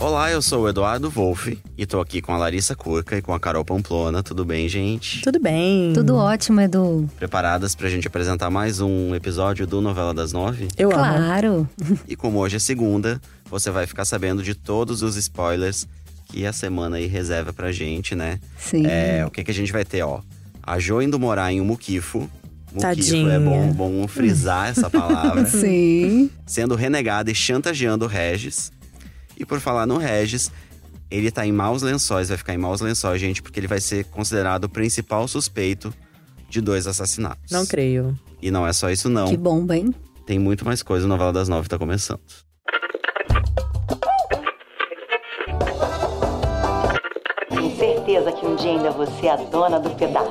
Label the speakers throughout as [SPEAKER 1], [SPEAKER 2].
[SPEAKER 1] Olá, eu sou o Eduardo Wolff e tô aqui com a Larissa Curca e com a Carol Pamplona. Tudo bem, gente?
[SPEAKER 2] Tudo bem.
[SPEAKER 3] Tudo ótimo, Edu.
[SPEAKER 1] Preparadas pra gente apresentar mais um episódio do Novela das Nove?
[SPEAKER 2] Eu amo.
[SPEAKER 3] Claro.
[SPEAKER 1] E como hoje é segunda, você vai ficar sabendo de todos os spoilers que a semana aí reserva pra gente, né?
[SPEAKER 3] Sim.
[SPEAKER 1] É, o que, que a gente vai ter, ó? A Jo indo morar em um muquifo. Muquifo, é
[SPEAKER 2] Tadinha.
[SPEAKER 1] bom, bom frisar essa palavra.
[SPEAKER 3] Sim.
[SPEAKER 1] sendo renegada e chantageando o Regis. E por falar no Regis, ele tá em maus lençóis, vai ficar em maus lençóis, gente, porque ele vai ser considerado o principal suspeito de dois assassinatos.
[SPEAKER 2] Não creio.
[SPEAKER 1] E não é só isso, não.
[SPEAKER 3] Que bomba, hein?
[SPEAKER 1] Tem muito mais coisa. O Novela das Nove tá começando.
[SPEAKER 4] Tenho certeza que um dia ainda você é a dona do pedaço.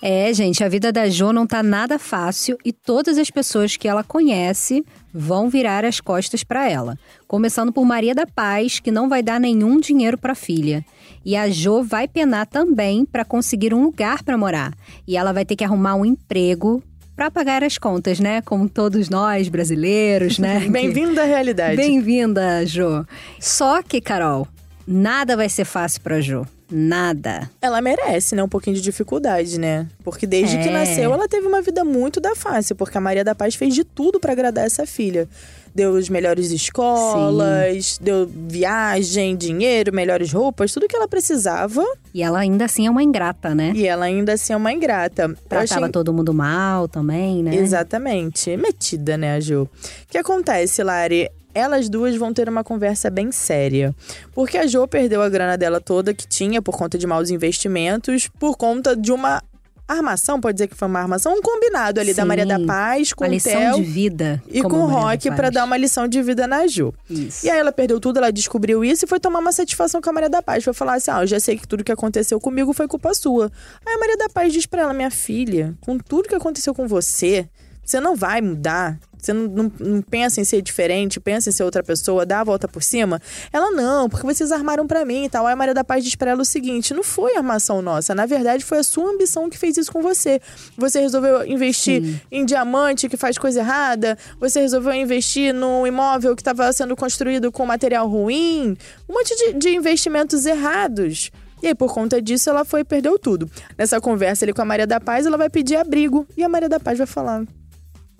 [SPEAKER 3] É, gente, a vida da Jo não tá nada fácil e todas as pessoas que ela conhece vão virar as costas pra ela. Começando por Maria da Paz, que não vai dar nenhum dinheiro pra filha. E a Jo vai penar também pra conseguir um lugar pra morar. E ela vai ter que arrumar um emprego pra pagar as contas, né? Como todos nós brasileiros, né? Que-
[SPEAKER 2] Bem-vindo à realidade.
[SPEAKER 3] Bem-vinda, Jo. Só que, Carol, nada vai ser fácil pra Jo. Nada.
[SPEAKER 2] Ela merece, né? Um pouquinho de dificuldade, né? Porque desde que
[SPEAKER 3] É.
[SPEAKER 2] nasceu, ela teve uma vida muito da fácil. Porque a Maria da Paz fez de tudo pra agradar essa filha. Deu as melhores escolas, deu viagem, dinheiro, melhores roupas, tudo que ela precisava.
[SPEAKER 3] E ela ainda assim é uma ingrata, né?
[SPEAKER 2] E ela ainda assim é uma ingrata. Eu
[SPEAKER 3] Tratava
[SPEAKER 2] achei-
[SPEAKER 3] todo mundo mal também, né?
[SPEAKER 2] Exatamente. Metida, né, a Ju? O que acontece, Lari? Elas duas vão ter uma conversa bem séria. Porque a Jo perdeu a grana dela toda que tinha por conta de maus investimentos, por conta de uma armação, pode dizer que foi uma armação, um combinado ali da
[SPEAKER 3] Sim.
[SPEAKER 2] Maria da Paz com
[SPEAKER 3] Uma
[SPEAKER 2] o
[SPEAKER 3] lição de
[SPEAKER 2] Theo
[SPEAKER 3] vida.
[SPEAKER 2] e
[SPEAKER 3] como
[SPEAKER 2] com o
[SPEAKER 3] a mulher
[SPEAKER 2] Rock
[SPEAKER 3] faz.
[SPEAKER 2] pra dar uma lição de vida na Ju.
[SPEAKER 3] Isso.
[SPEAKER 2] E aí ela perdeu tudo, ela descobriu isso e foi tomar uma satisfação com a Maria da Paz. Foi falar assim: ah, eu já sei que tudo que aconteceu comigo foi culpa sua. Aí a Maria da Paz diz pra ela: minha filha, com tudo que aconteceu com você, você não vai mudar. Você não, não- não pensa em ser diferente, pensa em ser outra pessoa, dá a volta por cima? Ela, não, porque vocês armaram pra mim e tal. Aí a Maria da Paz diz pra ela o seguinte: não foi armação nossa, na verdade foi a sua ambição que fez isso com você. Você resolveu investir em diamante que faz coisa errada, você resolveu investir num imóvel que estava sendo construído com material ruim, um monte de, de investimentos errados. E aí, por conta disso, ela foi e perdeu tudo. Nessa conversa ali com a Maria da Paz, ela vai pedir abrigo. E a Maria da Paz vai falar: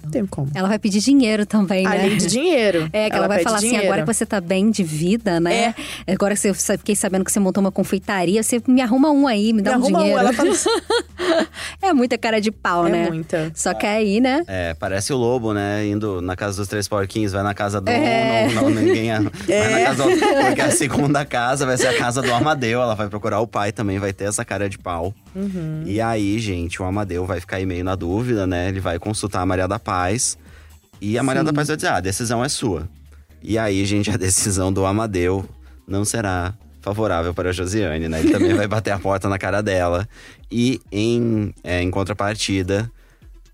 [SPEAKER 2] Não tem como.
[SPEAKER 3] Ela vai pedir dinheiro também, né?
[SPEAKER 2] Além de dinheiro.
[SPEAKER 3] É, que ela, vai
[SPEAKER 2] pede
[SPEAKER 3] falar assim,
[SPEAKER 2] dinheiro. É.
[SPEAKER 3] agora que você tá bem de vida, né? Agora que você sa- fiquei sabendo que você montou uma confeitaria, você me arruma um aí, me dá
[SPEAKER 2] Me
[SPEAKER 3] um
[SPEAKER 2] arruma um,
[SPEAKER 3] dinheiro.
[SPEAKER 2] ela fala assim.
[SPEAKER 3] é muita cara de pau,
[SPEAKER 2] É
[SPEAKER 3] né?
[SPEAKER 2] muita.
[SPEAKER 3] Só que aí, né?
[SPEAKER 1] É, parece o lobo, né? Indo na casa dos três porquinhos, vai na casa do.
[SPEAKER 3] É.
[SPEAKER 1] Não, não, ninguém. É. Vai na casa do... Porque é a segunda casa vai ser a casa do Amadeu. Ela vai procurar o pai também, vai ter essa cara de pau. E aí, gente, o Amadeu vai ficar aí meio na dúvida, né? Ele vai consultar a Maria da Paz. E a Maria da Paz vai dizer: ah, a decisão é sua. E aí, gente, a decisão do Amadeu não será favorável para a Josiane, né? Ele também vai bater a porta na cara dela. E em, é, em contrapartida,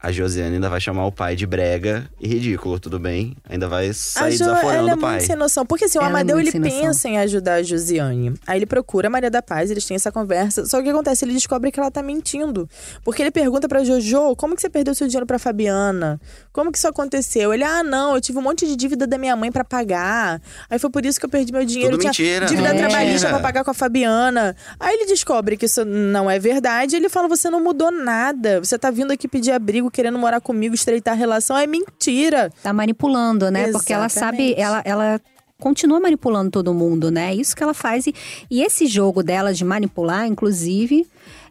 [SPEAKER 1] a Josiane ainda vai chamar o pai de brega e ridículo, tudo bem? Ainda vai sair
[SPEAKER 2] a Jo,
[SPEAKER 1] desaforando
[SPEAKER 2] ela é
[SPEAKER 1] o pai.
[SPEAKER 2] muito sem noção. Porque assim, o
[SPEAKER 3] Ela é
[SPEAKER 2] Amadeu,
[SPEAKER 3] muito
[SPEAKER 2] ele
[SPEAKER 3] sem noção.
[SPEAKER 2] pensa em ajudar a Josiane. Aí ele procura a Maria da Paz, eles têm essa conversa. Só que o que acontece? Ele descobre que ela tá mentindo. Porque ele pergunta pra Jojo, como que você perdeu seu dinheiro pra Fabiana? Como que isso aconteceu? Ele, ah, não, eu tive um monte de dívida da minha mãe pra pagar. Aí foi por isso que eu perdi meu dinheiro.
[SPEAKER 1] Tudo
[SPEAKER 2] Eu tinha
[SPEAKER 1] mentira,
[SPEAKER 2] Dívida
[SPEAKER 3] tudo
[SPEAKER 2] trabalhista
[SPEAKER 1] mentira.
[SPEAKER 2] pra pagar com a Fabiana. Aí ele descobre que isso não é verdade. Ele fala, você não mudou nada. Você tá vindo aqui pedir abrigo, querendo morar comigo, estreitar a relação. É mentira.
[SPEAKER 3] tá manipulando, né? Porque ela sabe,
[SPEAKER 2] Exatamente.
[SPEAKER 3] ela, ela continua manipulando todo mundo, né? É Isso que ela faz. E, e esse jogo dela de manipular, inclusive,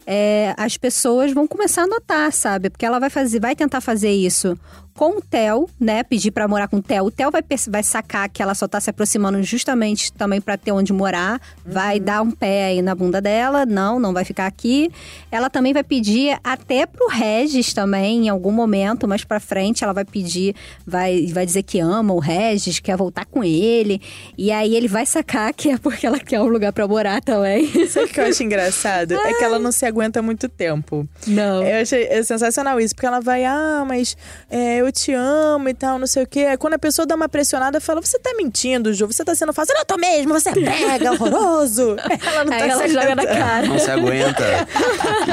[SPEAKER 3] é, as pessoas vão começar a notar, sabe? Porque ela vai fazer, vai tentar fazer isso com o Theo, né? Pedir pra morar com o Theo. O Theo vai, perce- vai sacar que ela só tá se aproximando justamente também pra ter onde morar. Vai
[SPEAKER 2] Uhum.
[SPEAKER 3] dar um pé aí na bunda dela. Não, não vai ficar aqui. Ela também vai pedir até pro Regis também, em algum momento, mais pra frente, ela vai pedir, vai, vai dizer que ama o Regis, quer voltar com ele. E aí ele vai sacar que é porque ela quer um lugar pra morar também.
[SPEAKER 2] Sabe o que eu acho engraçado? É que ela não se aguenta muito tempo.
[SPEAKER 3] Não.
[SPEAKER 2] Eu achei é sensacional isso, porque ela vai, ah, mas é, eu te amo e tal, não sei o quê. Aí Quando a pessoa dá uma pressionada, fala: você tá mentindo, Ju, você tá sendo falsa. Não, eu tô mesmo, você é brega, horroroso. Ela não tá
[SPEAKER 3] Aí ela
[SPEAKER 2] se
[SPEAKER 3] joga na
[SPEAKER 2] aguentando.
[SPEAKER 3] cara.
[SPEAKER 1] Não se aguenta.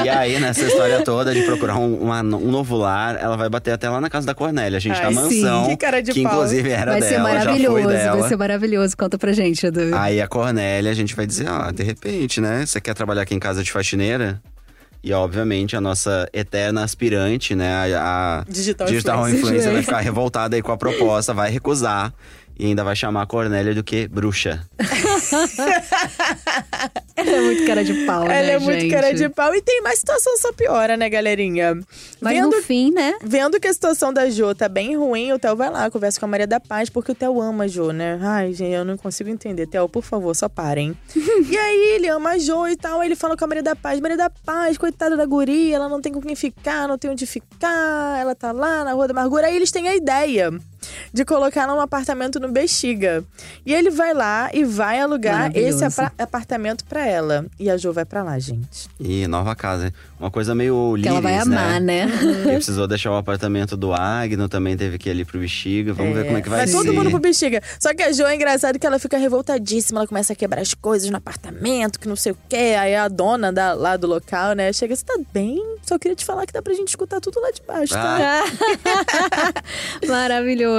[SPEAKER 1] E aí, nessa história toda de procurar um, uma- um novo lar, ela vai bater até lá na casa da Cornélia, gente, na
[SPEAKER 2] Ai, sim,
[SPEAKER 1] mansão.
[SPEAKER 2] que cara de pau.
[SPEAKER 1] inclusive era
[SPEAKER 3] Vai
[SPEAKER 1] dela,
[SPEAKER 3] ser
[SPEAKER 1] já
[SPEAKER 3] maravilhoso,
[SPEAKER 1] foi dela.
[SPEAKER 3] vai ser maravilhoso. Conta pra gente, Edu.
[SPEAKER 2] Ah.
[SPEAKER 1] Aí a Cornélia, a gente vai dizer, ó, de repente, né? Você quer trabalhar aqui em casa de faxineira? E obviamente a nossa eterna aspirante, né? A, a
[SPEAKER 2] Digital
[SPEAKER 1] digital
[SPEAKER 2] influencer.
[SPEAKER 1] influencer vai ficar revoltada aí com a proposta, vai recusar. E ainda vai chamar a Cornélia do que bruxa.
[SPEAKER 3] Ela é muito cara de pau, né,
[SPEAKER 2] Ela é muito
[SPEAKER 3] gente?
[SPEAKER 2] cara de pau. E tem mais situação só piora, né, galerinha?
[SPEAKER 3] Mas
[SPEAKER 2] Vendo
[SPEAKER 3] no fim, né?
[SPEAKER 2] Vendo que a situação da Jo tá bem ruim, o Theo vai lá, conversa com a Maria da Paz, porque o Theo ama a Jo, né? Ai, gente, eu não consigo entender. Theo, por favor, só parem. e aí, ele ama a Jo e tal, aí ele fala com a Maria da Paz. Maria da Paz, coitada da guria, ela não tem com quem ficar, não tem onde ficar, ela tá lá na Rua da Amargura. Aí eles têm a ideia de colocar ela num apartamento no Bexiga. E ele vai lá e vai alugar esse
[SPEAKER 3] Maravilhoso.
[SPEAKER 2] apra- apartamento pra ela. E a Jo vai pra lá, gente.
[SPEAKER 1] E nova casa. Uma coisa meio
[SPEAKER 3] Que ela vai
[SPEAKER 1] Líris,
[SPEAKER 3] amar, né?
[SPEAKER 1] Porque precisou deixar o apartamento do Agno, também teve que ir ali pro Bexiga. Vamos ver como é que vai
[SPEAKER 2] Vai
[SPEAKER 1] ser.
[SPEAKER 2] todo mundo pro bexiga. Só que a Jo é engraçado que ela fica revoltadíssima. Ela começa a quebrar as coisas no apartamento, que não sei o quê. Aí a dona da- lá do local, né, chega, você tá bem? Só queria te falar que dá pra gente escutar tudo lá de baixo, tá?
[SPEAKER 1] Ah,
[SPEAKER 3] Maravilhoso.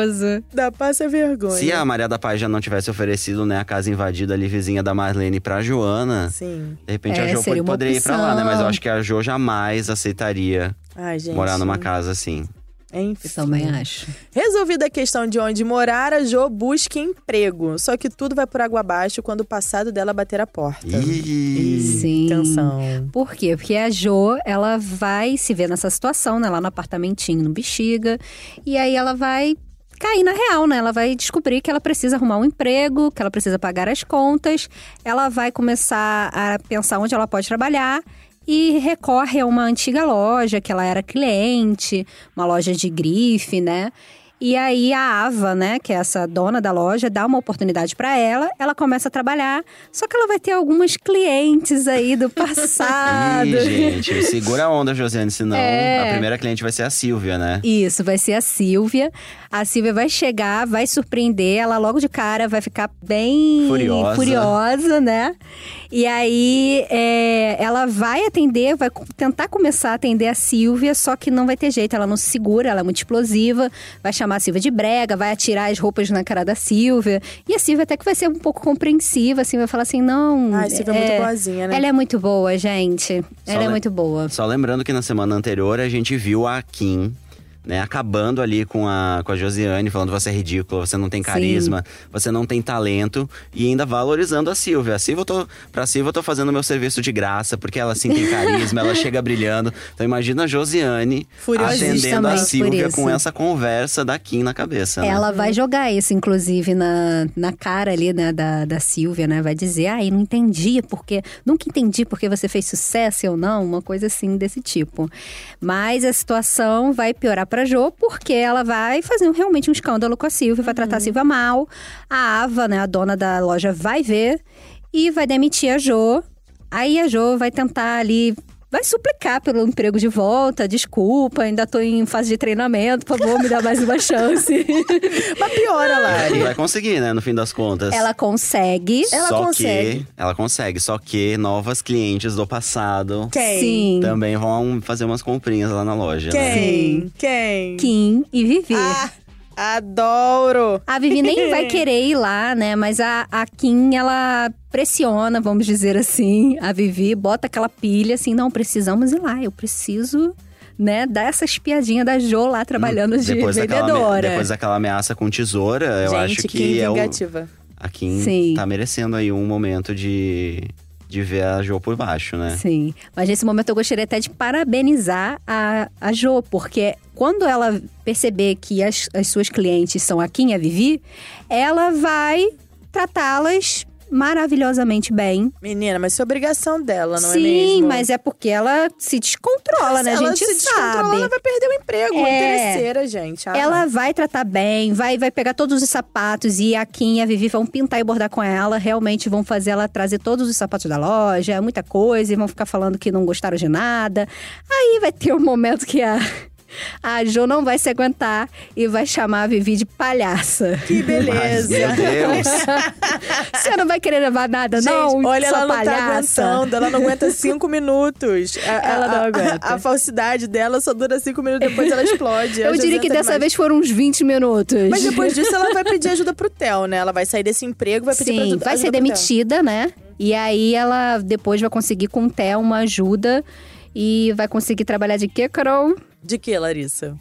[SPEAKER 2] Dá passa vergonha.
[SPEAKER 1] se a Maria da Paz já não tivesse oferecido, né, a casa invadida ali, vizinha da Marlene, pra Joana,
[SPEAKER 2] Sim.
[SPEAKER 1] de repente
[SPEAKER 3] É,
[SPEAKER 1] a Jo
[SPEAKER 3] seria
[SPEAKER 1] pod-
[SPEAKER 3] uma
[SPEAKER 1] poderia ir pra lá, né?
[SPEAKER 3] opção.
[SPEAKER 1] Mas eu acho que a Jo jamais aceitaria
[SPEAKER 2] Ai, gente.
[SPEAKER 1] morar numa casa assim.
[SPEAKER 2] Enfim.
[SPEAKER 3] Eu também acho.
[SPEAKER 2] Resolvida a questão de onde morar, a Jo busca emprego. Só que tudo vai por água abaixo quando o passado dela bater a porta.
[SPEAKER 1] Ih,
[SPEAKER 3] Sim.
[SPEAKER 2] Tensão.
[SPEAKER 3] Por quê? Porque a Jo, ela vai se ver nessa situação, né? Lá no apartamentinho, no Bexiga. E aí ela vai cair na real, né? Ela vai descobrir que ela precisa arrumar um emprego, que ela precisa pagar as contas. Ela vai começar a pensar onde ela pode trabalhar. E recorre a uma antiga loja que ela era cliente, uma loja de grife, né? E aí a Ava, né, que é essa dona da loja, dá uma oportunidade para ela, ela começa a trabalhar, só que ela vai ter algumas clientes aí do passado.
[SPEAKER 1] Ih, gente, segura a onda, Josiane, senão
[SPEAKER 3] É.
[SPEAKER 1] a primeira cliente vai ser a Silvia, né?
[SPEAKER 3] Isso, vai ser a Silvia. A Silvia vai chegar, vai surpreender ela logo de cara, vai ficar bem
[SPEAKER 1] Furiosa.
[SPEAKER 3] furiosa, né? E aí é, ela vai atender, vai co- tentar começar a atender a Silvia, só que não vai ter jeito, ela não se segura, ela é muito explosiva, vai chamar a Silvia de brega, vai atirar as roupas na cara da Silvia. E a Silvia até que vai ser um pouco compreensiva, assim, vai falar assim: não.
[SPEAKER 2] Ai, Silvia é muito boazinha, né?
[SPEAKER 3] Ela é muito boa, gente.
[SPEAKER 1] Só
[SPEAKER 3] ela é
[SPEAKER 1] le-
[SPEAKER 3] muito boa.
[SPEAKER 1] Só lembrando que na semana anterior a gente viu a Kim, né, acabando ali com a, com a Josiane, falando você é ridícula, você não tem carisma, você não tem talento, e ainda valorizando a Silvia. A Silvia, eu tô, pra Silvia, eu tô fazendo meu serviço de graça, porque ela sim tem carisma, ela chega brilhando. Então imagina a Josiane
[SPEAKER 2] Furiosíssima
[SPEAKER 1] atendendo a
[SPEAKER 3] por
[SPEAKER 1] Silvia
[SPEAKER 3] isso.
[SPEAKER 1] com essa conversa da Kim na cabeça. né?
[SPEAKER 3] Ela vai jogar isso, inclusive, na, na cara ali, né, da, da Silvia, né? Vai dizer, ai, não entendi porque. Nunca entendi porque você fez sucesso ou não, uma coisa assim desse tipo. Mas a situação vai piorar pra Jo, porque ela vai fazer um- realmente um escândalo com a Silvia, vai tratar a Silvia mal. A Ava, né, a dona da loja, vai ver e vai demitir a Jo. Aí a Jo vai tentar ali. Vai suplicar pelo emprego de volta, desculpa, ainda tô em fase de treinamento, por favor, me dá mais uma chance.
[SPEAKER 2] Mas piora, Lari.
[SPEAKER 1] E vai conseguir, né, no fim das contas.
[SPEAKER 3] Ela consegue.
[SPEAKER 2] Ela
[SPEAKER 1] só
[SPEAKER 2] consegue.
[SPEAKER 1] Que, ela consegue, só que novas clientes do passado
[SPEAKER 2] Quem?
[SPEAKER 3] Sim. é
[SPEAKER 1] também vão fazer umas comprinhas lá na loja. né?
[SPEAKER 2] Quem? Quem?
[SPEAKER 3] Kim e Vivi.
[SPEAKER 2] Ah, adoro!
[SPEAKER 3] A Vivi nem vai querer ir lá, né? Mas a, a Kim, ela pressiona, vamos dizer assim. A Vivi bota aquela pilha assim: não, precisamos ir lá, eu preciso. Né, dar essa espiadinha da Jo lá trabalhando de
[SPEAKER 1] depois Daquela, ame-
[SPEAKER 3] vendedora.
[SPEAKER 1] depois daquela ameaça com tesoura, eu
[SPEAKER 2] Gente,
[SPEAKER 1] acho que,
[SPEAKER 2] Kim
[SPEAKER 1] é o,
[SPEAKER 2] vingativa.
[SPEAKER 1] a Kim
[SPEAKER 3] Sim.
[SPEAKER 1] tá merecendo aí um momento de, de ver a Jo por baixo, né?
[SPEAKER 3] Sim. Mas nesse momento eu gostaria até de parabenizar a, a Jo, porque quando ela perceber que as, as suas clientes são a Kim e a Vivi, ela vai tratá-las maravilhosamente bem.
[SPEAKER 2] Menina, mas isso é obrigação dela, não é mesmo?
[SPEAKER 3] Sim, mas é porque ela se descontrola, né?
[SPEAKER 2] Se
[SPEAKER 3] a gente
[SPEAKER 2] ela se descontrolar,
[SPEAKER 3] sabe.
[SPEAKER 2] ela vai perder o emprego.
[SPEAKER 3] É.
[SPEAKER 2] Interesseira, gente. Ah,
[SPEAKER 3] Ela vai tratar bem, vai, vai pegar todos os sapatos e a Kim e a Vivi vão pintar e bordar com ela. Realmente vão fazer ela trazer todos os sapatos da loja, muita coisa, e vão ficar falando que não gostaram de nada. Aí vai ter um momento que a. A Jo não vai se aguentar e vai chamar a Vivi de palhaça.
[SPEAKER 2] Que
[SPEAKER 1] Mas,
[SPEAKER 2] beleza.
[SPEAKER 1] meu Deus.
[SPEAKER 3] Você não vai querer levar nada,
[SPEAKER 2] Gente,
[SPEAKER 3] não?
[SPEAKER 2] olha,
[SPEAKER 3] sua
[SPEAKER 2] ela não
[SPEAKER 3] palhaça.
[SPEAKER 2] tá aguentando, ela não aguenta cinco minutos. A- a-
[SPEAKER 3] Ela não
[SPEAKER 2] a-
[SPEAKER 3] aguenta.
[SPEAKER 2] A, falsidade dela só dura cinco minutos, depois ela explode.
[SPEAKER 3] Eu
[SPEAKER 2] Ela já
[SPEAKER 3] diria que
[SPEAKER 2] aguenta
[SPEAKER 3] dessa
[SPEAKER 2] é demais.
[SPEAKER 3] vez foram uns 20 minutos.
[SPEAKER 2] Mas depois disso, ela vai pedir ajuda pro Theo, né? Ela vai sair desse emprego, vai pedir pra
[SPEAKER 3] Sim,
[SPEAKER 2] ajuda-
[SPEAKER 3] vai ser
[SPEAKER 2] ajuda pro Theo.
[SPEAKER 3] demitida, né? E aí ela depois vai conseguir com o Theo uma ajuda e vai conseguir trabalhar de quê, Carol?
[SPEAKER 2] De que, Larissa?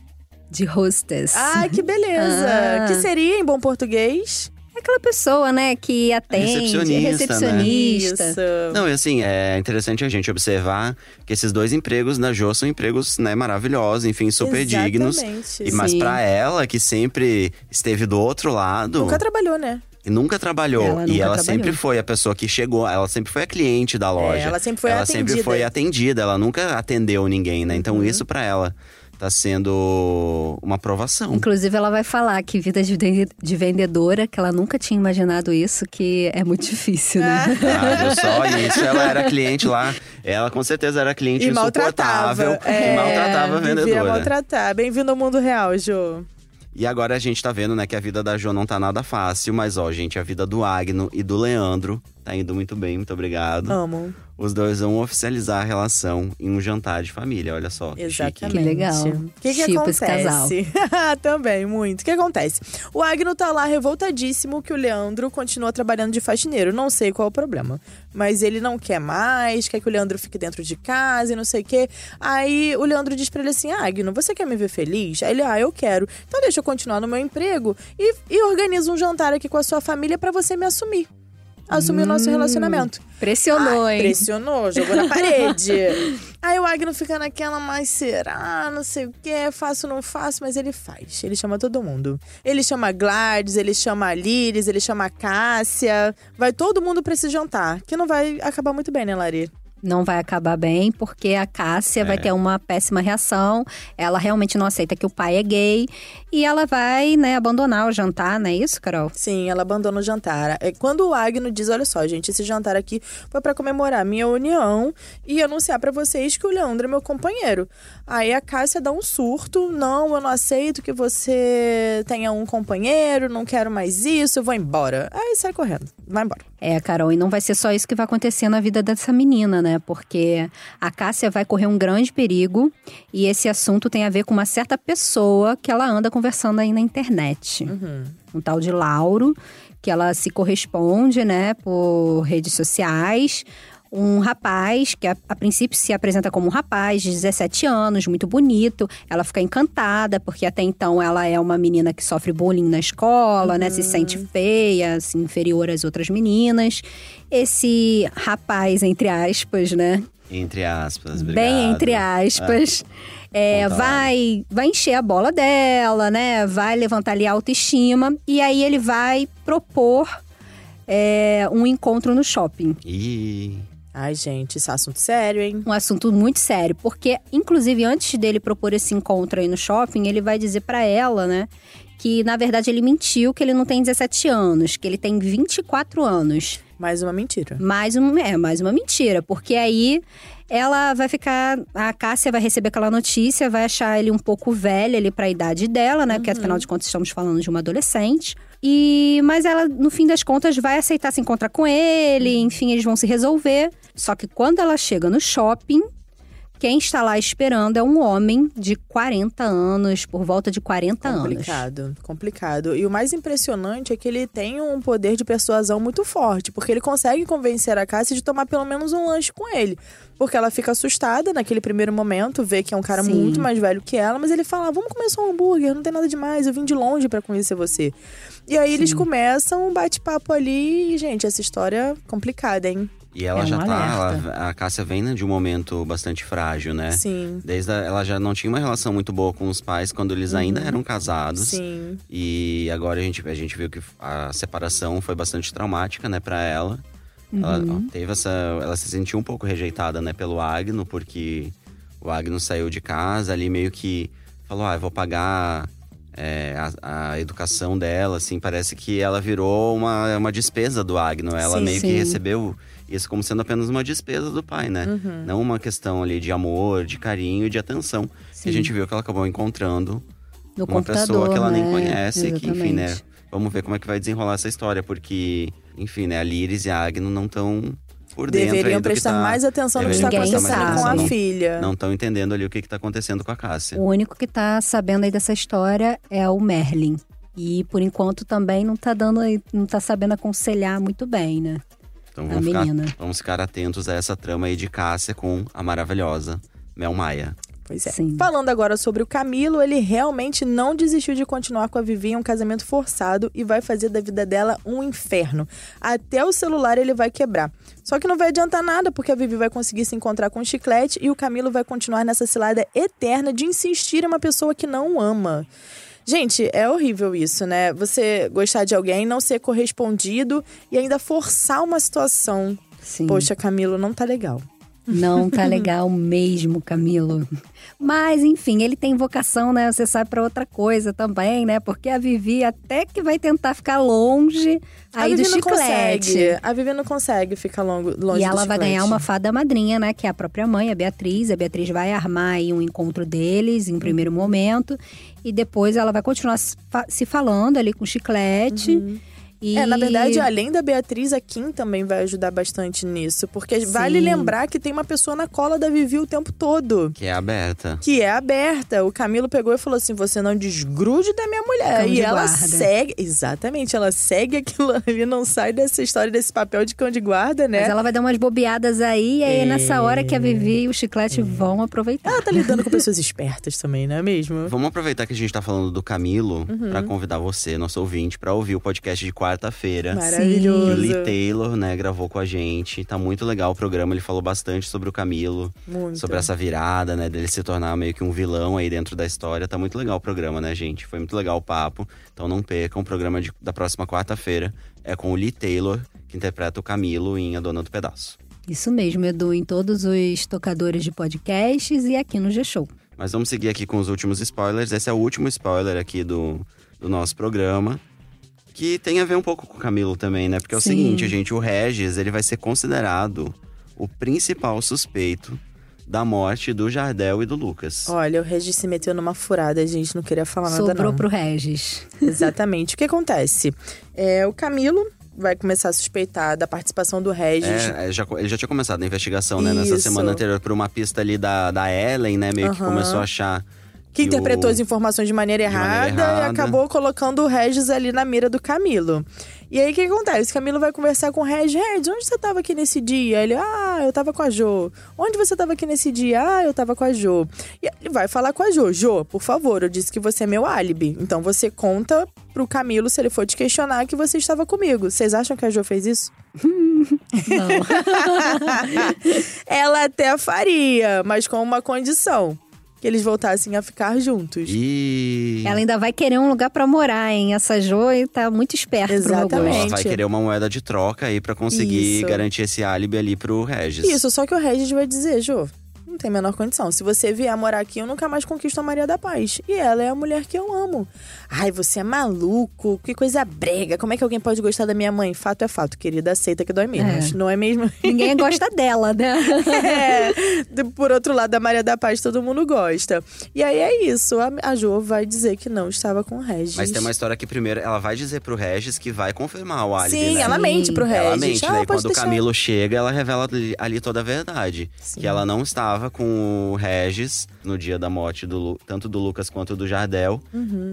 [SPEAKER 3] De hostess.
[SPEAKER 2] Ah, que beleza!
[SPEAKER 3] Ah.
[SPEAKER 2] Que seria em bom português?
[SPEAKER 3] É aquela pessoa, né, que atende,
[SPEAKER 1] Recepcionista,
[SPEAKER 3] recepcionista.
[SPEAKER 2] Isso.
[SPEAKER 1] Não, e assim, é interessante a gente observar que esses dois empregos da Jo são empregos, né, maravilhosos, enfim, super dignos.
[SPEAKER 2] Exatamente.
[SPEAKER 1] E, mas
[SPEAKER 3] Sim.
[SPEAKER 1] pra ela, que sempre esteve do outro lado
[SPEAKER 2] Nunca trabalhou, né?
[SPEAKER 1] e nunca trabalhou.
[SPEAKER 3] Ela
[SPEAKER 1] e
[SPEAKER 3] nunca
[SPEAKER 1] ela
[SPEAKER 3] trabalhou.
[SPEAKER 1] sempre foi a pessoa que chegou, ela sempre foi a cliente da loja.
[SPEAKER 2] É, ela sempre foi
[SPEAKER 1] ela
[SPEAKER 2] atendida. Uhum.
[SPEAKER 1] sempre foi atendida, ela nunca atendeu ninguém, né? Então isso pra ela tá sendo uma aprovação.
[SPEAKER 3] Inclusive, ela vai falar que vida de vende- de vendedora, que ela nunca tinha imaginado isso, que é muito difícil, né?
[SPEAKER 1] Ah, viu só isso, ela era cliente lá. Ela com certeza era cliente
[SPEAKER 2] E
[SPEAKER 1] insuportável
[SPEAKER 2] maltratava. É,
[SPEAKER 1] e maltratava a
[SPEAKER 2] vivia
[SPEAKER 1] vendedora.
[SPEAKER 2] maltratar. Bem-vindo ao mundo real, Jô.
[SPEAKER 1] E agora a gente tá vendo, né, que a vida da Jo não tá nada fácil, mas ó, gente, a vida do Agno e do Leandro tá indo muito bem, muito obrigado.
[SPEAKER 2] Amo.
[SPEAKER 1] Os dois vão oficializar a relação em um jantar de família, olha só. que chique.
[SPEAKER 2] Exatamente.
[SPEAKER 3] Que legal.
[SPEAKER 2] O que, que
[SPEAKER 3] Tipo esse
[SPEAKER 2] acontece? Também, muito. O que acontece? O Agno tá lá revoltadíssimo que o Leandro continua trabalhando de faxineiro. Não sei qual é o problema. Mas ele não quer mais, quer que o Leandro fique dentro de casa e não sei o quê. Aí o Leandro diz pra ele assim: Agno, você quer me ver feliz? Aí ele, ah, eu quero. Então deixa eu continuar no meu emprego e, e organizo um jantar aqui com a sua família pra você me assumir. Assumir o
[SPEAKER 3] Hum.
[SPEAKER 2] nosso relacionamento.
[SPEAKER 3] Pressionou,
[SPEAKER 2] Ah,
[SPEAKER 3] hein?
[SPEAKER 2] Pressionou, jogou na parede. Aí o Agno fica naquela, mas será? Não sei o quê, faço, não faço, mas ele faz. Ele chama todo mundo. Ele chama a Gladys, ele chama a Liris, ele chama a Cássia. Vai todo mundo pra esse jantar, que não vai acabar muito bem, né, Lari?
[SPEAKER 3] não vai acabar bem, porque a Cássia vai ter uma péssima reação. Ela realmente não aceita que o pai é gay. E ela vai, né, abandonar o jantar, não é isso, Carol?
[SPEAKER 2] Sim, ela abandona o jantar. É, Quando o Agno diz, olha só, gente, esse jantar aqui foi pra comemorar a minha união e anunciar pra vocês que o Leandro é meu companheiro. Aí a Cássia dá um surto, não, eu não aceito que você tenha um companheiro, não quero mais isso, eu vou embora. Aí sai correndo, vai embora.
[SPEAKER 3] É, Carol, e não vai ser só isso que vai acontecer na vida dessa menina, né? Porque a Cássia vai correr um grande perigo e esse assunto tem a ver com uma certa pessoa que ela anda conversando aí na internet. Um tal de Lauro, que ela se corresponde, né, por redes sociais. Um rapaz que a, a princípio se apresenta como um rapaz de 17 anos, muito bonito. Ela fica encantada, porque até então ela é uma menina que sofre bullying na escola, né? Se sente feia, se inferior às outras meninas. Esse rapaz, entre aspas, né?
[SPEAKER 1] Entre aspas, obrigado.
[SPEAKER 3] Bem entre aspas. é,
[SPEAKER 1] Conta lá.
[SPEAKER 3] vai, vai encher a bola dela, né? Vai levantar ali a autoestima. E aí ele vai propor é, um encontro no shopping.
[SPEAKER 1] Ih,
[SPEAKER 2] Ai, gente, isso é assunto sério, hein?
[SPEAKER 3] Um assunto muito sério, porque, inclusive, antes dele propor esse encontro aí no shopping, ele vai dizer pra ela, né? Que na verdade ele mentiu, que ele não tem 17 anos, que ele tem 24 anos.
[SPEAKER 2] Mais uma mentira.
[SPEAKER 3] Mais um, é, mais uma mentira, porque aí ela vai ficar, a Cássia vai receber aquela notícia, vai achar ele um pouco velho ali para a idade dela, né? Porque afinal de contas estamos falando de uma adolescente. E mas ela no fim das contas vai aceitar se encontrar com ele, enfim, eles vão se resolver. Só que quando ela chega no shopping, quem está lá esperando é um homem de 40 anos, por volta de 40 anos.
[SPEAKER 2] Complicado, complicado. E o mais impressionante é que ele tem um poder de persuasão muito forte, porque ele consegue convencer a Cássia de tomar pelo menos um lanche com ele. Porque ela fica assustada naquele primeiro momento, vê que é um cara
[SPEAKER 3] Sim.
[SPEAKER 2] muito mais velho que ela, mas ele fala: vamos comer só um hambúrguer, não tem nada demais, eu vim de longe pra conhecer você. E aí eles começam um bate-papo ali, e, gente, essa história é complicada, hein?
[SPEAKER 1] E ela
[SPEAKER 5] É
[SPEAKER 1] já
[SPEAKER 5] um
[SPEAKER 1] tá.
[SPEAKER 5] alerta.
[SPEAKER 1] ela- a Cássia vem de um momento bastante frágil, né?
[SPEAKER 2] Sim.
[SPEAKER 1] Desde a- ela já não tinha uma relação muito boa com os pais quando eles
[SPEAKER 5] Uhum.
[SPEAKER 1] ainda eram casados.
[SPEAKER 2] Sim.
[SPEAKER 1] E agora a gente, a gente viu que a separação foi bastante traumática, né, pra ela. Ela
[SPEAKER 3] Uhum.
[SPEAKER 1] teve essa. Ela se sentiu um pouco rejeitada, né, pelo Agno, porque o Agno saiu de casa ali meio que falou: ah, eu vou pagar. é, a, a educação dela, assim, parece que ela virou uma, uma despesa do Agno. Ela
[SPEAKER 2] Sim,
[SPEAKER 1] meio que
[SPEAKER 3] sim.
[SPEAKER 1] recebeu isso como sendo apenas uma despesa do pai, né?
[SPEAKER 2] Uhum.
[SPEAKER 3] Uhum.
[SPEAKER 1] Não uma questão ali de amor, de carinho e de atenção. Que
[SPEAKER 3] Sim.
[SPEAKER 1] a gente viu que ela acabou encontrando
[SPEAKER 3] no
[SPEAKER 1] uma pessoa que ela nem
[SPEAKER 3] né?
[SPEAKER 1] conhece, que enfim, né?
[SPEAKER 3] Exatamente.
[SPEAKER 1] Vamos ver como é que vai desenrolar essa história, porque, enfim, né, a Liris e a Agno não estão por dentro aí
[SPEAKER 2] Deveriam
[SPEAKER 1] do que
[SPEAKER 2] prestar
[SPEAKER 1] tá-
[SPEAKER 2] mais atenção no que está
[SPEAKER 1] deveriam
[SPEAKER 3] Ninguém
[SPEAKER 2] acontecendo
[SPEAKER 1] prestar mais
[SPEAKER 2] com a
[SPEAKER 1] atenção, não-
[SPEAKER 2] filha.
[SPEAKER 1] Não estão entendendo ali o que, que tá acontecendo com a Cássia.
[SPEAKER 3] O único que tá sabendo aí dessa história é o Merlin. E por enquanto também não tá dando, aí- não tá sabendo aconselhar muito bem, né?
[SPEAKER 1] Então
[SPEAKER 3] a
[SPEAKER 1] vamos ficar,
[SPEAKER 3] menina.
[SPEAKER 1] vamos ficar atentos a essa trama aí de Cássia com a maravilhosa Mel Maia.
[SPEAKER 2] Pois é.
[SPEAKER 3] Sim.
[SPEAKER 2] Falando agora sobre o Camilo, ele realmente não desistiu de continuar com a Vivi em um casamento forçado e vai fazer da vida dela um inferno. Até o celular ele vai quebrar. Só que não vai adiantar nada, porque a Vivi vai conseguir se encontrar com o chiclete e o Camilo vai continuar nessa cilada eterna de insistir em uma pessoa que não o ama. Gente, é horrível isso, né? Você gostar de alguém, não ser correspondido e ainda forçar uma situação.
[SPEAKER 3] Sim.
[SPEAKER 2] Poxa, Camilo, não tá legal.
[SPEAKER 3] Não tá legal mesmo, Camilo. Mas, enfim, ele tem vocação, né? Você sabe, pra outra coisa também, né? Porque a Vivi até que vai tentar ficar longe aí
[SPEAKER 2] a
[SPEAKER 3] do
[SPEAKER 2] Vivi não
[SPEAKER 3] chiclete.
[SPEAKER 2] consegue. A Vivi não consegue ficar longo, longe
[SPEAKER 3] E
[SPEAKER 2] do
[SPEAKER 3] ela vai
[SPEAKER 2] chiclete.
[SPEAKER 3] ganhar uma fada madrinha, né? Que é a própria mãe, a Beatriz. A Beatriz vai armar aí um encontro deles em um
[SPEAKER 2] Uhum.
[SPEAKER 3] primeiro momento. E depois ela vai continuar se fa- se falando ali com o chiclete. E...
[SPEAKER 2] É, na verdade, além da Beatriz, a Kim também vai ajudar bastante nisso. Porque vale
[SPEAKER 3] Sim.
[SPEAKER 2] lembrar que tem uma pessoa na cola da Vivi o tempo todo.
[SPEAKER 1] Que é aberta.
[SPEAKER 2] Que é aberta. O Camilo pegou e falou assim: você não desgrude da minha mulher.
[SPEAKER 3] Cão
[SPEAKER 2] e
[SPEAKER 3] de
[SPEAKER 2] ela
[SPEAKER 3] guarda.
[SPEAKER 2] segue. Exatamente, ela segue aquilo ali, não sai dessa história, desse papel de cão de guarda, né?
[SPEAKER 3] Mas ela vai dar umas bobeadas aí. E aí é nessa hora que a Vivi e o chiclete
[SPEAKER 2] Uhum.
[SPEAKER 3] vão aproveitar.
[SPEAKER 2] Ela tá lidando com pessoas espertas também, não é mesmo?
[SPEAKER 1] Vamos aproveitar que a gente tá falando do Camilo
[SPEAKER 2] Uhum.
[SPEAKER 1] pra convidar você, nosso ouvinte, pra ouvir o podcast de quarta-feira. Que o
[SPEAKER 2] Maravilhoso.
[SPEAKER 1] Lee Taylor, né, gravou com a gente. Tá muito legal o programa, ele falou bastante sobre o Camilo,
[SPEAKER 2] Muito.
[SPEAKER 1] sobre essa virada, né, dele se tornar meio que um vilão aí dentro da história. Tá muito legal o programa, né, gente? Foi muito legal o papo. Então não percam, o programa de- da próxima quarta-feira é com o Lee Taylor, que interpreta o Camilo em A Dona do Pedaço.
[SPEAKER 3] Isso mesmo, Edu, em todos os tocadores de podcasts e aqui no G-Show.
[SPEAKER 1] Mas vamos seguir aqui com os últimos spoilers. Esse é o último spoiler aqui do, do nosso programa. Que tem a ver um pouco com o Camilo também, né? Porque é o
[SPEAKER 3] Sim.
[SPEAKER 1] seguinte, gente, o Regis ele vai ser considerado o principal suspeito da morte do Jardel e do Lucas.
[SPEAKER 2] Olha, o Regis se meteu numa furada, gente. Não queria falar nada,
[SPEAKER 3] Sobrou
[SPEAKER 2] não.
[SPEAKER 3] pro Regis.
[SPEAKER 2] Exatamente. O que acontece? É, o Camilo vai começar a suspeitar da participação do Regis.
[SPEAKER 1] É, é, já co- ele já tinha começado a investigação, né? Nessa
[SPEAKER 2] Isso.
[SPEAKER 1] semana anterior, por uma pista ali da, da Ellen, né? Meio que
[SPEAKER 2] Aham.
[SPEAKER 1] começou a achar.
[SPEAKER 2] Que interpretou
[SPEAKER 1] o-
[SPEAKER 2] as informações de maneira,
[SPEAKER 1] de maneira
[SPEAKER 2] errada, e
[SPEAKER 1] errada.
[SPEAKER 2] acabou colocando o Regis ali na mira do Camilo. E aí o que acontece? O Camilo vai conversar com o Regis. Regis, onde você tava aqui nesse dia? Ele, ah, eu tava com a Jo. Onde você tava aqui nesse dia? Ah, eu tava com a Jo. E ele vai falar com a Jo. Jo, por favor, eu disse que você é meu álibi. Então você conta pro Camilo, se ele for te questionar, que você estava comigo. Vocês acham que a Jo fez isso?
[SPEAKER 3] Não.
[SPEAKER 2] Ela até faria, mas com uma condição: que eles voltassem a ficar juntos.
[SPEAKER 1] E...
[SPEAKER 2] é
[SPEAKER 3] Ela ainda vai querer um lugar pra morar, hein? Essa Joy tá muito esperta pro meu
[SPEAKER 2] Exatamente.
[SPEAKER 3] gosto.
[SPEAKER 1] Ela vai querer uma moeda de troca aí pra conseguir
[SPEAKER 2] Isso.
[SPEAKER 1] garantir esse álibi ali pro Regis.
[SPEAKER 2] Isso, só que o Regis vai dizer, Jô, não tem a menor condição. Se você vier morar aqui, eu nunca mais conquisto a Maria da Paz. E ela é a mulher que eu amo. Ai, você é maluco, que coisa brega. Como é que alguém pode gostar da minha mãe? Fato é fato, querida, aceita que dói menos. Não é mesmo?
[SPEAKER 3] Ninguém gosta dela, né?
[SPEAKER 2] É. De- Por outro lado, a Maria da Paz todo mundo gosta. E aí é isso, a, a Jo vai dizer que não estava com o Regis.
[SPEAKER 1] Mas tem uma história que primeiro ela vai dizer pro Regis que vai confirmar o álibi,
[SPEAKER 2] Sim,
[SPEAKER 1] né?
[SPEAKER 2] ela mente pro Regis.
[SPEAKER 1] Ela mente,
[SPEAKER 2] ah,
[SPEAKER 1] né? E
[SPEAKER 2] pode
[SPEAKER 1] quando o
[SPEAKER 2] deixar.
[SPEAKER 1] Camilo chega, ela revela ali- ali toda a verdade.
[SPEAKER 2] Sim.
[SPEAKER 1] Que ela não estava com o Regis no dia da morte, do, Lu- tanto do Lucas quanto do Jardel.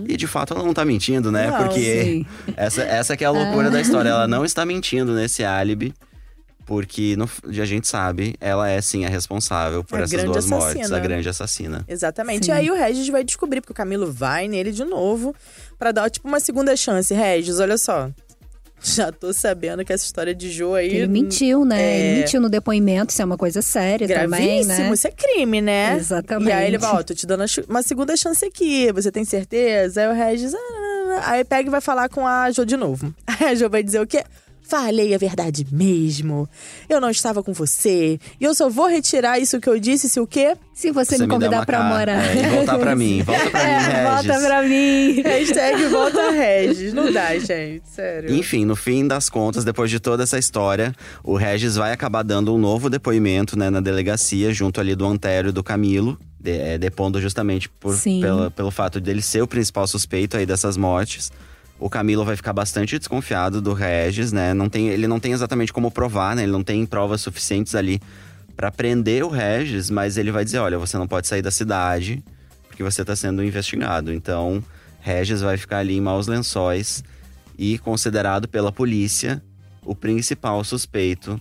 [SPEAKER 1] E de fato ela não tá mentindo, né?
[SPEAKER 2] Uhum. Não, Ah.
[SPEAKER 1] Porque
[SPEAKER 3] sim.
[SPEAKER 1] essa, essa que é a loucura da história. Ela não está mentindo nesse álibi. Porque, no, f- a gente sabe, ela é sim a responsável por
[SPEAKER 2] A
[SPEAKER 1] essas
[SPEAKER 2] grande
[SPEAKER 1] duas mortes.
[SPEAKER 2] assassina.
[SPEAKER 1] A grande assassina.
[SPEAKER 2] Exatamente.
[SPEAKER 3] Sim.
[SPEAKER 2] E aí o Regis vai descobrir, porque o Camilo vai nele de novo pra dar tipo uma segunda chance. Regis, olha só. Já tô sabendo que essa história de Jô aí.
[SPEAKER 3] Que ele mentiu, né?
[SPEAKER 2] É.
[SPEAKER 3] Ele mentiu no depoimento, isso é uma coisa séria também,
[SPEAKER 2] Gravíssimo,
[SPEAKER 3] né?
[SPEAKER 2] isso é crime, né?
[SPEAKER 3] Exatamente.
[SPEAKER 2] E aí ele vai, ó, tô te dando a chu- uma segunda chance aqui, você tem certeza? Aí o Regis, ah, não, não, não. aí pega e vai falar com a Jo de novo. Aí a Jo vai dizer o quê? Falei a verdade mesmo. Eu não estava com você. E eu só vou retirar isso que eu disse, se o quê?
[SPEAKER 3] Se você, me
[SPEAKER 1] dá
[SPEAKER 3] convidar
[SPEAKER 1] uma
[SPEAKER 3] pra
[SPEAKER 1] cara.
[SPEAKER 3] morar.
[SPEAKER 1] É, e voltar pra mim. Volta pra mim,
[SPEAKER 3] É,
[SPEAKER 1] Regis.
[SPEAKER 3] volta pra mim.
[SPEAKER 2] Hashtag volta Regis. Não dá, gente. Sério.
[SPEAKER 1] Enfim, no fim das contas, depois de toda essa história, o Regis vai acabar dando um novo depoimento né, na delegacia, junto ali do Antério e do Camilo, de- eh, depondo justamente por,
[SPEAKER 3] Sim.
[SPEAKER 1] pela- pelo fato dele ser o principal suspeito aí dessas mortes. O Camilo vai ficar bastante desconfiado do Regis, né? Não tem, ele não tem exatamente como provar, né? Ele não tem provas suficientes ali pra prender o Regis, mas ele vai dizer: olha, você não pode sair da cidade porque você tá sendo investigado. Então, Regis vai ficar ali em maus lençóis e considerado pela polícia o principal suspeito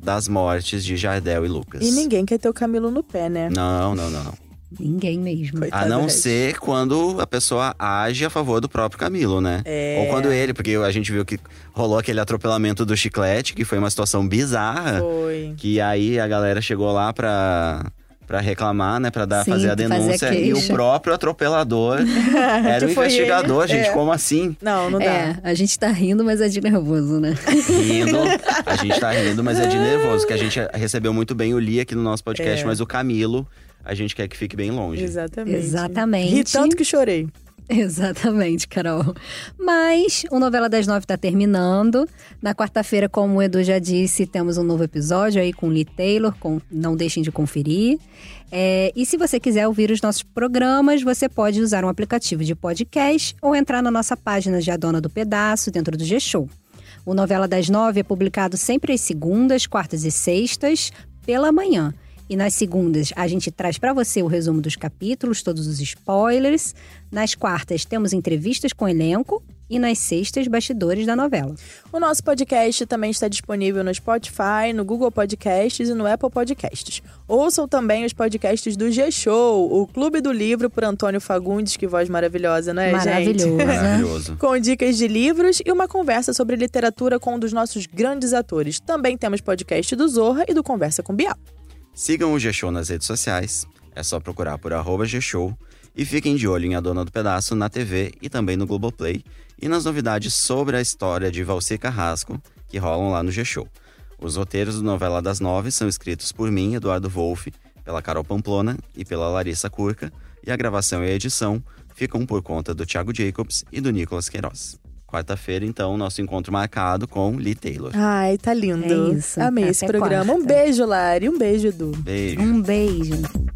[SPEAKER 1] das mortes de Jardel e Lucas.
[SPEAKER 2] E ninguém quer ter o Camilo no pé, né?
[SPEAKER 1] Não, não, não, não.
[SPEAKER 3] Ninguém mesmo.
[SPEAKER 1] A
[SPEAKER 2] Coitado do
[SPEAKER 1] não
[SPEAKER 2] Regis.
[SPEAKER 1] ser quando a pessoa age a favor do próprio Camilo, né?
[SPEAKER 2] É.
[SPEAKER 1] Ou quando ele, porque a gente viu que rolou aquele atropelamento do chiclete, que foi uma situação bizarra.
[SPEAKER 2] Foi.
[SPEAKER 1] Que aí a galera chegou lá pra, pra reclamar, né? Pra dar,
[SPEAKER 3] Sim,
[SPEAKER 1] fazer a
[SPEAKER 3] fazer
[SPEAKER 1] denúncia.
[SPEAKER 3] a
[SPEAKER 1] e o
[SPEAKER 3] queixa.
[SPEAKER 1] próprio atropelador era o
[SPEAKER 2] Que Tipo, foi
[SPEAKER 1] investigador,
[SPEAKER 2] ele.
[SPEAKER 1] gente.
[SPEAKER 2] É.
[SPEAKER 1] Como assim?
[SPEAKER 2] Não, não dá.
[SPEAKER 3] É, a gente tá rindo, mas é de nervoso, né?
[SPEAKER 1] Rindo. A gente tá rindo, mas é de nervoso. Que a gente recebeu muito bem o Li aqui no nosso podcast, mas o Camilo, a gente quer que fique bem longe.
[SPEAKER 2] Exatamente.
[SPEAKER 3] Exatamente.
[SPEAKER 2] Ri tanto que chorei.
[SPEAKER 3] Exatamente, Carol. Mas o Novela das Nove tá terminando. Na quarta-feira, como o Edu já disse, temos um novo episódio aí com Lee Taylor. com- Não deixem de conferir. É, e se você quiser ouvir os nossos programas, você pode usar um aplicativo de podcast ou entrar na nossa página de A Dona do Pedaço dentro do G-Show. O Novela das Nove é publicado sempre às segundas, quartas e sextas, pela manhã. E nas segundas a gente traz para você o resumo dos capítulos, todos os spoilers. Nas quartas temos entrevistas com o elenco e nas sextas bastidores da novela.
[SPEAKER 2] O nosso podcast também está disponível no Spotify, no Google Podcasts e no Apple Podcasts. Ouçam também os podcasts do G-Show, o Clube do Livro por Antônio Fagundes, que voz maravilhosa, não é, gente?
[SPEAKER 3] Maravilhoso.
[SPEAKER 1] Maravilhoso.
[SPEAKER 2] Com dicas de livros e uma conversa sobre literatura com um dos nossos grandes atores. Também temos podcast do Zorra e do Conversa com Bial.
[SPEAKER 1] Sigam o G-Show nas redes sociais. É só procurar por arroba G-Show. E fiquem de olho em A Dona do Pedaço na TV e também no Globoplay. E nas novidades sobre a história de Valci Carrasco, que rolam lá no G-Show. Os roteiros do Novela das Nove são escritos por mim, Eduardo Wolff, pela Carol Pamplona e pela Larissa Curca. E a gravação e a edição ficam por conta do Thiago Jacobs e do Nicolas Queiroz. Quarta-feira, então, nosso encontro marcado com Lee Taylor.
[SPEAKER 2] Ai, tá lindo.
[SPEAKER 3] É isso.
[SPEAKER 2] Amei
[SPEAKER 3] Até
[SPEAKER 2] esse programa. Um
[SPEAKER 3] quarta.
[SPEAKER 2] beijo, Lari. Um beijo, Edu.
[SPEAKER 1] Beijo!
[SPEAKER 3] Um beijo.